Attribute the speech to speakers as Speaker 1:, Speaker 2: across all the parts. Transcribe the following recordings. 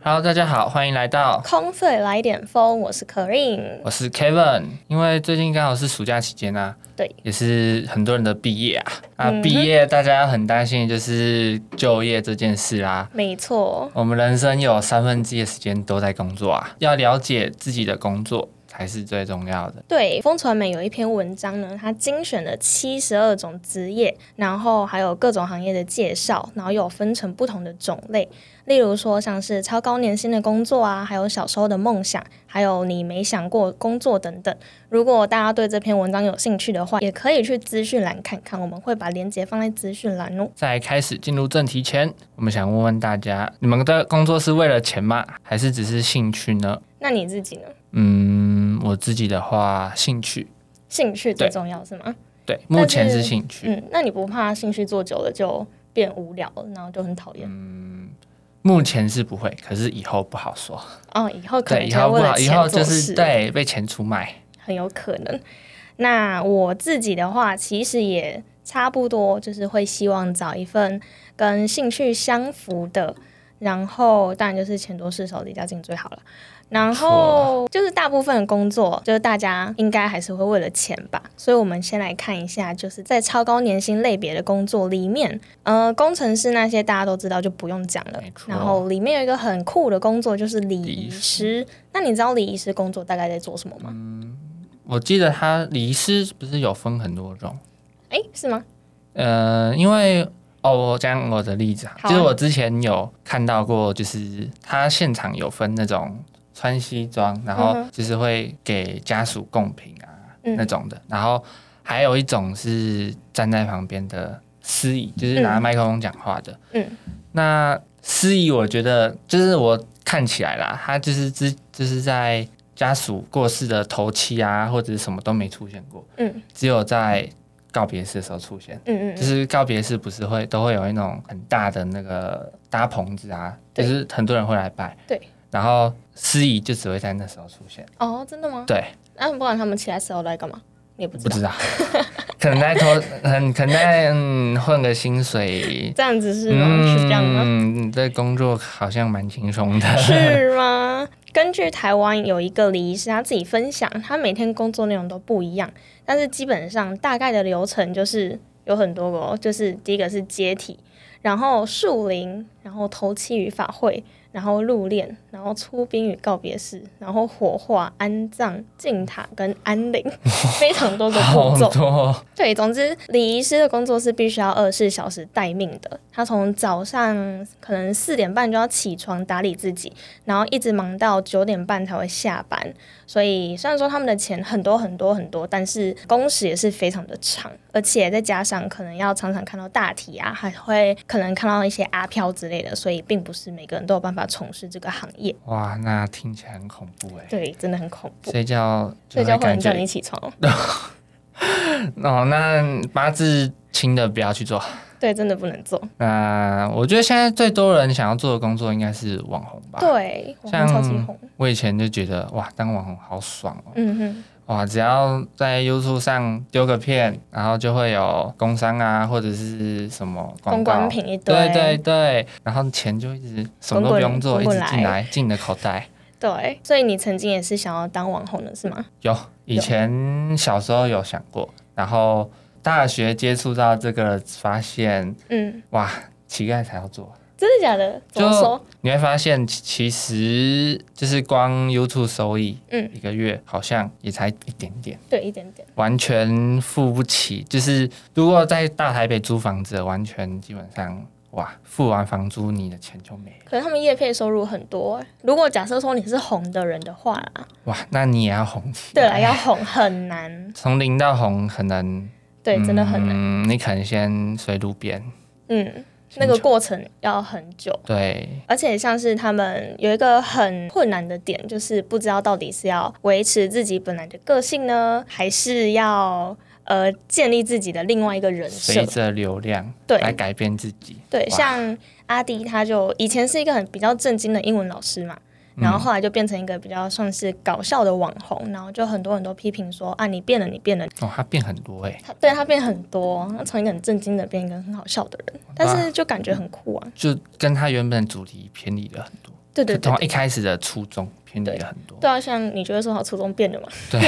Speaker 1: Hello，大家好，欢迎来到，
Speaker 2: 空腹来点风，我是 k o r i n
Speaker 1: 我是 Kevin。因为最近刚好是暑假期间啊，
Speaker 2: 对，
Speaker 1: 也是很多人的毕业啊，啊，毕业大家很担心就是就业这件事啦、
Speaker 2: 没错，
Speaker 1: 我们人生有三分之一的时间都在工作啊，要了解自己的工作才是最重要的。
Speaker 2: 对，风传媒有一篇文章呢，它精选了七十二种职业，然后还有各种行业的介绍，然后有分成不同的种类，例如说像是超高年薪的工作啊，还有小时候的梦想，还有你没想过工作等等。如果大家对这篇文章有兴趣的话，也可以去资讯栏看看，我们会把链接放在资讯栏哦。
Speaker 1: 在开始进入正题前，我们想问问大家，你们的工作是为了钱吗？还是只是兴趣呢？
Speaker 2: 那你自己呢？
Speaker 1: 嗯，我自己的话，兴趣，
Speaker 2: 兴趣最
Speaker 1: 对
Speaker 2: 重要是吗？
Speaker 1: 对，目前是
Speaker 2: 是
Speaker 1: 兴趣。
Speaker 2: 嗯，那你不怕兴趣做久了就变无聊了，然后就很讨厌？
Speaker 1: 嗯目前是不会，可是以后不好说。
Speaker 2: 哦，以后可
Speaker 1: 对，
Speaker 2: 能
Speaker 1: 以
Speaker 2: 就会
Speaker 1: 后不
Speaker 2: 为了
Speaker 1: 好，以后
Speaker 2: 钱
Speaker 1: 就
Speaker 2: 做
Speaker 1: 是
Speaker 2: 事，，
Speaker 1: 对被钱出卖。
Speaker 2: 很有可能。那我自己的话，其实也差不多，就是会希望找一份跟兴趣相符的，然后当然就是钱多事少，离家近最好了。然后
Speaker 1: 啊
Speaker 2: 就是大部分的工作，就是大家应该还是会为了钱吧，所以我们先来看一下，就是在超高年薪类别的工作里面，呃，工程师那些大家都知道，就不用讲了
Speaker 1: 没。错
Speaker 2: 然后里面有一个很酷的工作，就是礼仪
Speaker 1: 仪
Speaker 2: 师。那你知道礼仪师工作大概在做什么吗？
Speaker 1: 我记得他离师不是有分很多种，
Speaker 2: 哎、是吗？
Speaker 1: 呃，因为哦，我讲我的例子啊，
Speaker 2: 好啊
Speaker 1: 就是我之前有看到过，就是他现场有分那种穿西装，然后
Speaker 2: 嗯
Speaker 1: 就是会给家属贡品啊、
Speaker 2: 嗯
Speaker 1: 那种的，然后还有一种是站在旁边的司仪，就是拿
Speaker 2: 嗯
Speaker 1: 麦克风讲话的。
Speaker 2: 嗯，
Speaker 1: 那司仪我觉得就是我看起来啦，他就是之就是在家属过世的头七啊，或者是什么都没出现过，
Speaker 2: 嗯
Speaker 1: 只有在告别式的时候出现。
Speaker 2: 嗯
Speaker 1: 就
Speaker 2: 嗯
Speaker 1: 是告别式不是会都会有那种很大的那个搭棚子啊，就
Speaker 2: 对
Speaker 1: 是很多人会来拜。
Speaker 2: 对。
Speaker 1: 然后司仪就只会在那时候出现。
Speaker 2: 嗯，哦，真的吗？
Speaker 1: 对，
Speaker 2: 那、不然他们其他时候来干嘛？你也不知
Speaker 1: 不
Speaker 2: 道
Speaker 1: 知。道， 可能在偷，很可能在嗯混个薪水。
Speaker 2: 这样子是吗？是这样吗？
Speaker 1: 嗯，这工作好像蛮轻松 的。
Speaker 2: 是吗？ 根据台湾有一个礼仪师他自己分享，他每天工作内容都不一样，但是基本上大概的流程就是有很多个哦，就是第一个是接体，然后树林，然后头七与法会，然后入殓，然后出殡与告别式，然后火化、安葬、进塔跟安灵，非常多个
Speaker 1: 好
Speaker 2: 步骤。
Speaker 1: 多，
Speaker 2: 对，总之，礼仪师的工作是必须要二十四小时待命的。他从早上可能四点半就要起床打理自己，然后一直忙到九点半才会下班。所以虽然说他们的钱很多很多很多，但是工时也是非常的长，而且再加上可能要常常看到大体啊，还会可能看到一些阿飘之类的，所以并不是每个人都有办法从事这个行业。
Speaker 1: 哇，那听起来很恐怖哎。
Speaker 2: 对，真的很恐怖。
Speaker 1: 睡觉就
Speaker 2: 所以就
Speaker 1: 会
Speaker 2: 会有
Speaker 1: 感
Speaker 2: 人叫
Speaker 1: 觉
Speaker 2: 你起床哦，
Speaker 1: 哦，那八字轻的不要去做。
Speaker 2: 对，真的不能做。
Speaker 1: 那我觉得现在最多人想要做的工作应该是网红吧。
Speaker 2: 对，我
Speaker 1: 像
Speaker 2: 们超级红。
Speaker 1: 我以前就觉得哇，当网红好爽哦！
Speaker 2: 嗯哼，
Speaker 1: 哇，只要在 YouTube 上丢个片，然后就会有工商啊，或者是什么广
Speaker 2: 公
Speaker 1: 告
Speaker 2: 关。品一堆，
Speaker 1: 对对对，然后钱就一直什么都不用做，
Speaker 2: 滚
Speaker 1: 一
Speaker 2: 滚
Speaker 1: 直进
Speaker 2: 滚滚
Speaker 1: 来进你的口袋。
Speaker 2: 对，所以你曾经也是想要当网红的是吗？
Speaker 1: 有，以
Speaker 2: 有
Speaker 1: 前小时候有想过，然后大学接触到这个，发现
Speaker 2: 嗯，
Speaker 1: 哇，乞丐才要做。
Speaker 2: 真的假的？怎么
Speaker 1: 就
Speaker 2: 说？
Speaker 1: 你会发现，其其实就是光 YouTube 收益，
Speaker 2: 嗯
Speaker 1: 一个月好像也才一点点，
Speaker 2: 对，一点点。
Speaker 1: 完全付不起。就是如果在大台北租房子，完全基本上哇，付完房租你的钱就没了
Speaker 2: 可是他们业配收入很多、欸，如果假设说你是红的人的话啦，
Speaker 1: 哇，那你也要红起
Speaker 2: 对
Speaker 1: 来。
Speaker 2: 啦，要红很难，
Speaker 1: 从零到红很难，
Speaker 2: 对，真的很难。
Speaker 1: 嗯，你可能先睡路边，
Speaker 2: 嗯，
Speaker 1: 先
Speaker 2: 那个
Speaker 1: 求
Speaker 2: 过程要很久，
Speaker 1: 对，
Speaker 2: 而且像是他们有一个很困难的点，就是不知道到底是要维持自己本来的个性呢，还是要呃建立自己的另外一个人设
Speaker 1: 随。着流量
Speaker 2: 对
Speaker 1: 来改变自己。
Speaker 2: 对，
Speaker 1: 哇
Speaker 2: 像阿迪，他就以前是一个很比较正经的英文老师嘛，然后后来就变成一个比较算是搞笑的网红，然后就很多人都批评说啊，你变了，你变了，
Speaker 1: 哦，他变很多哎、
Speaker 2: 他对他变很多，他从一个很正经的变一个很好笑的人，但是就感觉很酷啊。
Speaker 1: 就跟他原本主题偏离了很多。
Speaker 2: 对对
Speaker 1: 就
Speaker 2: 对
Speaker 1: 从一开始的初衷偏离了很多，
Speaker 2: 对啊，像你觉得说好初中变了嘛？
Speaker 1: 对，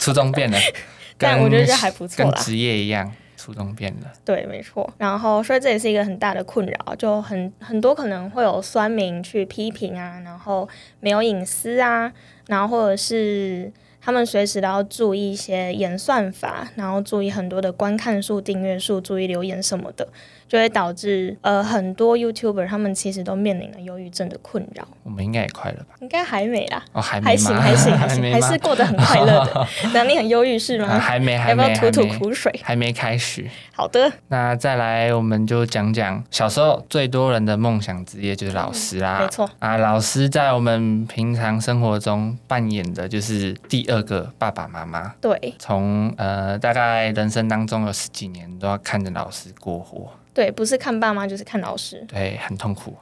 Speaker 1: 初衷变了，
Speaker 2: 但
Speaker 1: 跟
Speaker 2: 我觉得这还不错
Speaker 1: 跟
Speaker 2: 啦
Speaker 1: 职业一样，初衷变了，
Speaker 2: 对，没错。然后所以这也是一个很大的困扰，就很很多可能会有酸民去批评啊，然后没有隐私啊，然后或者是他们随时都要注意一些演算法，然后注意很多的观看数、订阅数，注意留言什么的，就会导致呃很多 YouTuber 他们其实都面临了忧郁症的困扰，
Speaker 1: 我们应该也快乐吧？
Speaker 2: 应该还没啦。
Speaker 1: 哦，还没
Speaker 2: 还行，
Speaker 1: 吗？
Speaker 2: 还 行，还行，
Speaker 1: 没
Speaker 2: 还
Speaker 1: 吗
Speaker 2: 是过得很快 乐的。那你很忧郁是
Speaker 1: 啊
Speaker 2: 吗？
Speaker 1: 还没，还
Speaker 2: 要不
Speaker 1: 没，
Speaker 2: 要吐
Speaker 1: 还
Speaker 2: 吐
Speaker 1: 没
Speaker 2: 苦水？
Speaker 1: 还没开始。
Speaker 2: 好的，
Speaker 1: 那再来，我们就讲讲小时候最多人的梦想职业就是老师啦。
Speaker 2: 嗯没错，
Speaker 1: 啊，老师在我们平常生活中扮演的就是第二个爸爸妈妈。
Speaker 2: 对
Speaker 1: 从呃，大概人生当中有十几年都要看着老师过活，
Speaker 2: 对，不是看爸妈就是看老师。
Speaker 1: 对，很痛苦。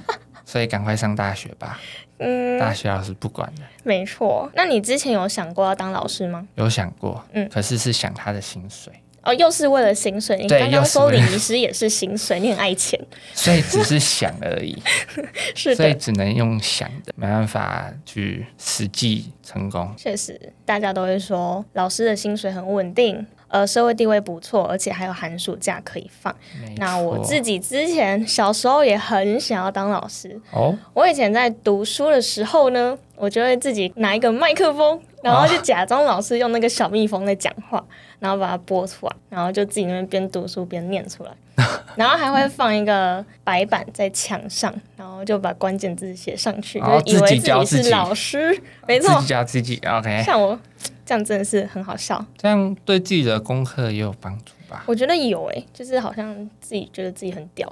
Speaker 1: 所以赶快上大学吧，
Speaker 2: 嗯，
Speaker 1: 大学老师不管的。
Speaker 2: 没错。那你之前有想过要当老师吗？
Speaker 1: 有想过，
Speaker 2: 嗯
Speaker 1: 可是是想他的薪水，
Speaker 2: 哦，又是为了薪水。你
Speaker 1: 对
Speaker 2: 刚刚
Speaker 1: 又是
Speaker 2: 说
Speaker 1: 为
Speaker 2: 礼
Speaker 1: 了
Speaker 2: 仪师也是薪水，你很 爱钱。
Speaker 1: 所以只是想而已。
Speaker 2: 是
Speaker 1: 所以
Speaker 2: 的，
Speaker 1: 只能用想的，没办法去实际成功。
Speaker 2: 确实，大家都会说老师的薪水很稳定，呃，社会地位不错，而且还有寒暑假可以放。
Speaker 1: 没
Speaker 2: 那我
Speaker 1: 错
Speaker 2: 自己之前小时候也很想要当老师，
Speaker 1: 哦，
Speaker 2: 我以前在读书的时候呢，我就会自己拿一个麦克风，然
Speaker 1: 啊
Speaker 2: 后就假装老师用那个小蜜蜂在讲话，然后把它播出来，然后就自己那边边读书边念出来， 然后还会放一个白板在墙上，然后就把关键字写上去，
Speaker 1: 哦
Speaker 2: 就是以为
Speaker 1: 自己教
Speaker 2: 是
Speaker 1: 自己
Speaker 2: 老师， 没
Speaker 1: 自
Speaker 2: 错
Speaker 1: 己。教自己，OK，
Speaker 2: 像我这样真的是很好笑，
Speaker 1: 这样对自己的功课也有帮助吧？
Speaker 2: 我觉得有诶、就是好像自己觉得自己很 屌，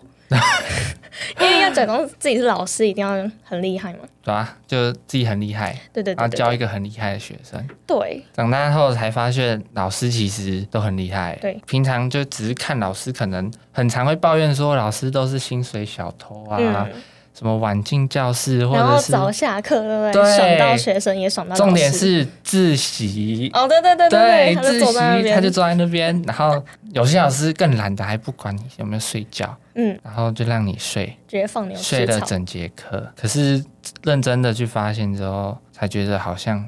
Speaker 2: 因为要假装自己是老师，一定要很厉害嘛。
Speaker 1: 对啊，就自己很厉害，
Speaker 2: 对对
Speaker 1: 然后
Speaker 2: 对对
Speaker 1: 啊教
Speaker 2: 对，
Speaker 1: 一个很厉害的学生。
Speaker 2: 对
Speaker 1: 长大后才发现，老师其实都很厉害。
Speaker 2: 对，
Speaker 1: 平常就只是看老师，可能很常会抱怨说，老师都是薪水小偷啊，
Speaker 2: 嗯。
Speaker 1: 什么晚进教室，或
Speaker 2: 然后
Speaker 1: 者是
Speaker 2: 早下课，对不
Speaker 1: 对
Speaker 2: 爽到学生也爽到老师
Speaker 1: 重点是自习，
Speaker 2: 哦，对对对对，他
Speaker 1: 自
Speaker 2: 就
Speaker 1: 习
Speaker 2: 坐在那边，
Speaker 1: 他就坐在那边，然后有些老师更懒得，还不管你有没有睡觉，
Speaker 2: 嗯，
Speaker 1: 然后就让你睡，
Speaker 2: 直接放牛
Speaker 1: 睡
Speaker 2: 吃
Speaker 1: 了
Speaker 2: 草。
Speaker 1: 整节课。可是认真的去发现之后，才觉得好像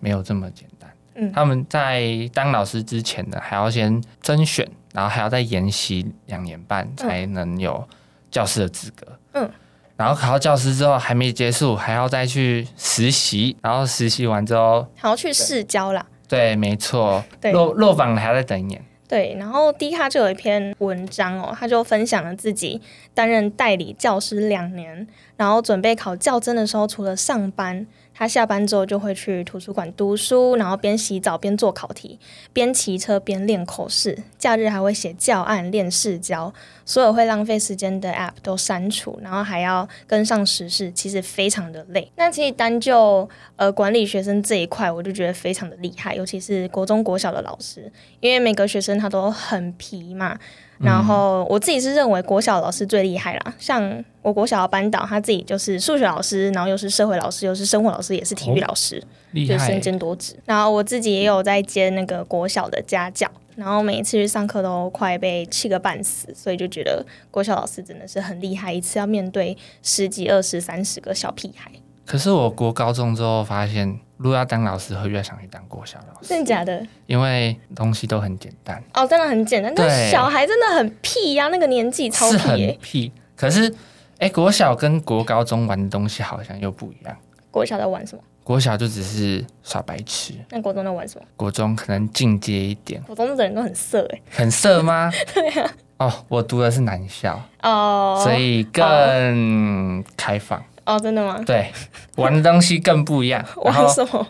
Speaker 1: 没有这么简单。
Speaker 2: 嗯
Speaker 1: 他们在当老师之前呢，还要先甄选，然后还要再研习两年半，才能有教师的资格。
Speaker 2: 嗯。
Speaker 1: 然后考到教师之后还没结束，还要再去实习，然后实习完之后，
Speaker 2: 然后去试教啦，
Speaker 1: 对，没错，
Speaker 2: 对
Speaker 1: 落落榜了还要再等一年。
Speaker 2: 对。然后迪卡就有一篇文章哦，他就分享了自己担任代理教师两年，然后准备考教甄的时候，除了上班，他下班之后就会去图书馆读书，然后边洗澡边做考题，边骑车边练口试，假日还会写教案练试教，所有会浪费时间的 App 都删除，然后还要跟上时事，其实非常的累。那其实单就呃管理学生这一块，我就觉得非常的厉害，尤其是国中国小的老师，因为每个学生他都很皮嘛。然后我自己是认为国小老师最厉害啦，像我国小的班导他自己就是数学老师，然后又是社会老师，又是生活老师，也是体育老师。
Speaker 1: 哦厉
Speaker 2: 就是
Speaker 1: 害
Speaker 2: 身
Speaker 1: 耶，
Speaker 2: 兼多职。然后我自己也有在接那个国小的家教，然后每一次去上课都快被气个半死，所以就觉得国小老师真的是很厉害，一次要面对十几、二十、三十个小屁孩，
Speaker 1: 可是我国高中之后发现，如果要当老师，会越想去当国小老师，
Speaker 2: 真的假的？
Speaker 1: 因为东西都很简单，
Speaker 2: 哦，真的很简单，但是
Speaker 1: 对
Speaker 2: 小孩真的很屁呀、那个年纪超
Speaker 1: 是
Speaker 2: 屁欸
Speaker 1: 很
Speaker 2: 耶、
Speaker 1: 屁。可是，哎、国小跟国高中玩的东西好像又不一样。
Speaker 2: 国小在玩什么？
Speaker 1: 国小就只是耍白痴，
Speaker 2: 那国中在玩什么？
Speaker 1: 国中可能进阶一点，
Speaker 2: 国中的人都很色哎、
Speaker 1: 很色 吗？对啊。哦，我读的是男校，
Speaker 2: 哦
Speaker 1: 所以更开放，
Speaker 2: 哦，真的吗？
Speaker 1: 对，玩的东西更不一 样。然后
Speaker 2: 玩什么？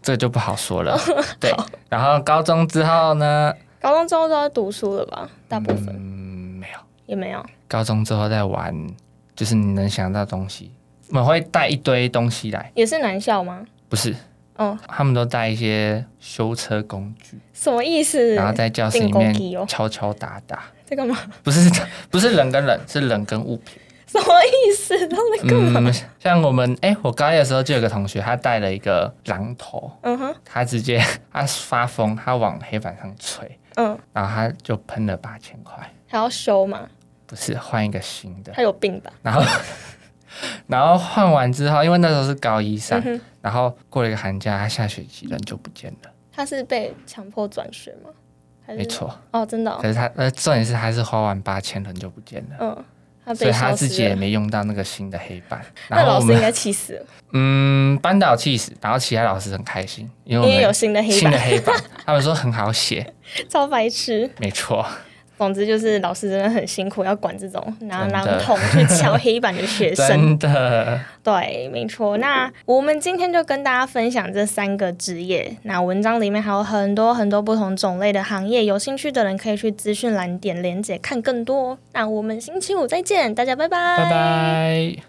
Speaker 1: 这就不好说
Speaker 2: 哦
Speaker 1: 了。对，然后高中之后呢，
Speaker 2: 高中之后都在读书了吧？大部分、
Speaker 1: 嗯，没有。
Speaker 2: 也没有。
Speaker 1: 高中之后再玩，就是你能想到的东西，我们会带一堆东西来，
Speaker 2: 也是男校吗？
Speaker 1: 不是
Speaker 2: 哦，
Speaker 1: 他们都带一些修车工具，
Speaker 2: 什么意思？
Speaker 1: 然后在教室里
Speaker 2: 定工具哦
Speaker 1: 面敲敲打打，
Speaker 2: 在干嘛？
Speaker 1: 不是 不是人跟人，是人跟物品。
Speaker 2: 什么意思？ 他们 在干嘛？
Speaker 1: 嗯，像我们哎、我高一的时候就有个同学，他带了一个榔头，
Speaker 2: 嗯哼，
Speaker 1: 他直接 他发疯，他往黑板上捶，
Speaker 2: 嗯，
Speaker 1: 然后他就喷了八千块。
Speaker 2: 还要修吗？
Speaker 1: 不是换一个新的，
Speaker 2: 他有病吧？
Speaker 1: 然后然后换完之后，因为那时候是高一上
Speaker 2: 嗯，哼，
Speaker 1: 然后过了一个寒假，他下学期人就不见了。
Speaker 2: 他是被强迫转学吗？还是
Speaker 1: 没错，
Speaker 2: 哦，真的、哦，
Speaker 1: 可是他呃，重点是他是花完八千人就不见了。
Speaker 2: 嗯，他
Speaker 1: 所以
Speaker 2: 被
Speaker 1: 他
Speaker 2: 消
Speaker 1: 自己
Speaker 2: 失
Speaker 1: 也
Speaker 2: 了。
Speaker 1: 没用到那个新的黑 板，然
Speaker 2: 那
Speaker 1: 后
Speaker 2: 老
Speaker 1: 我
Speaker 2: 师应
Speaker 1: 们
Speaker 2: 该气死了，
Speaker 1: 嗯班导气死，然后其他老师很开心，因为
Speaker 2: 因为
Speaker 1: 我
Speaker 2: 有
Speaker 1: 们
Speaker 2: 新的黑
Speaker 1: 新的
Speaker 2: 板，
Speaker 1: 黑板，他们说很好写，
Speaker 2: 超白痴。
Speaker 1: 没 错，
Speaker 2: 总之就是老师真的很辛苦，要管这种拿
Speaker 1: 真的
Speaker 2: 榔头去敲黑板的学 生。
Speaker 1: 真的
Speaker 2: 对，没错。那我们今天就跟大家分享这三个职业。那文章里面还有很多很多不同种类的行业，有兴趣的人可以去资讯栏点连结看更多哦。那我们星期五再见，大家拜拜，
Speaker 1: 拜拜。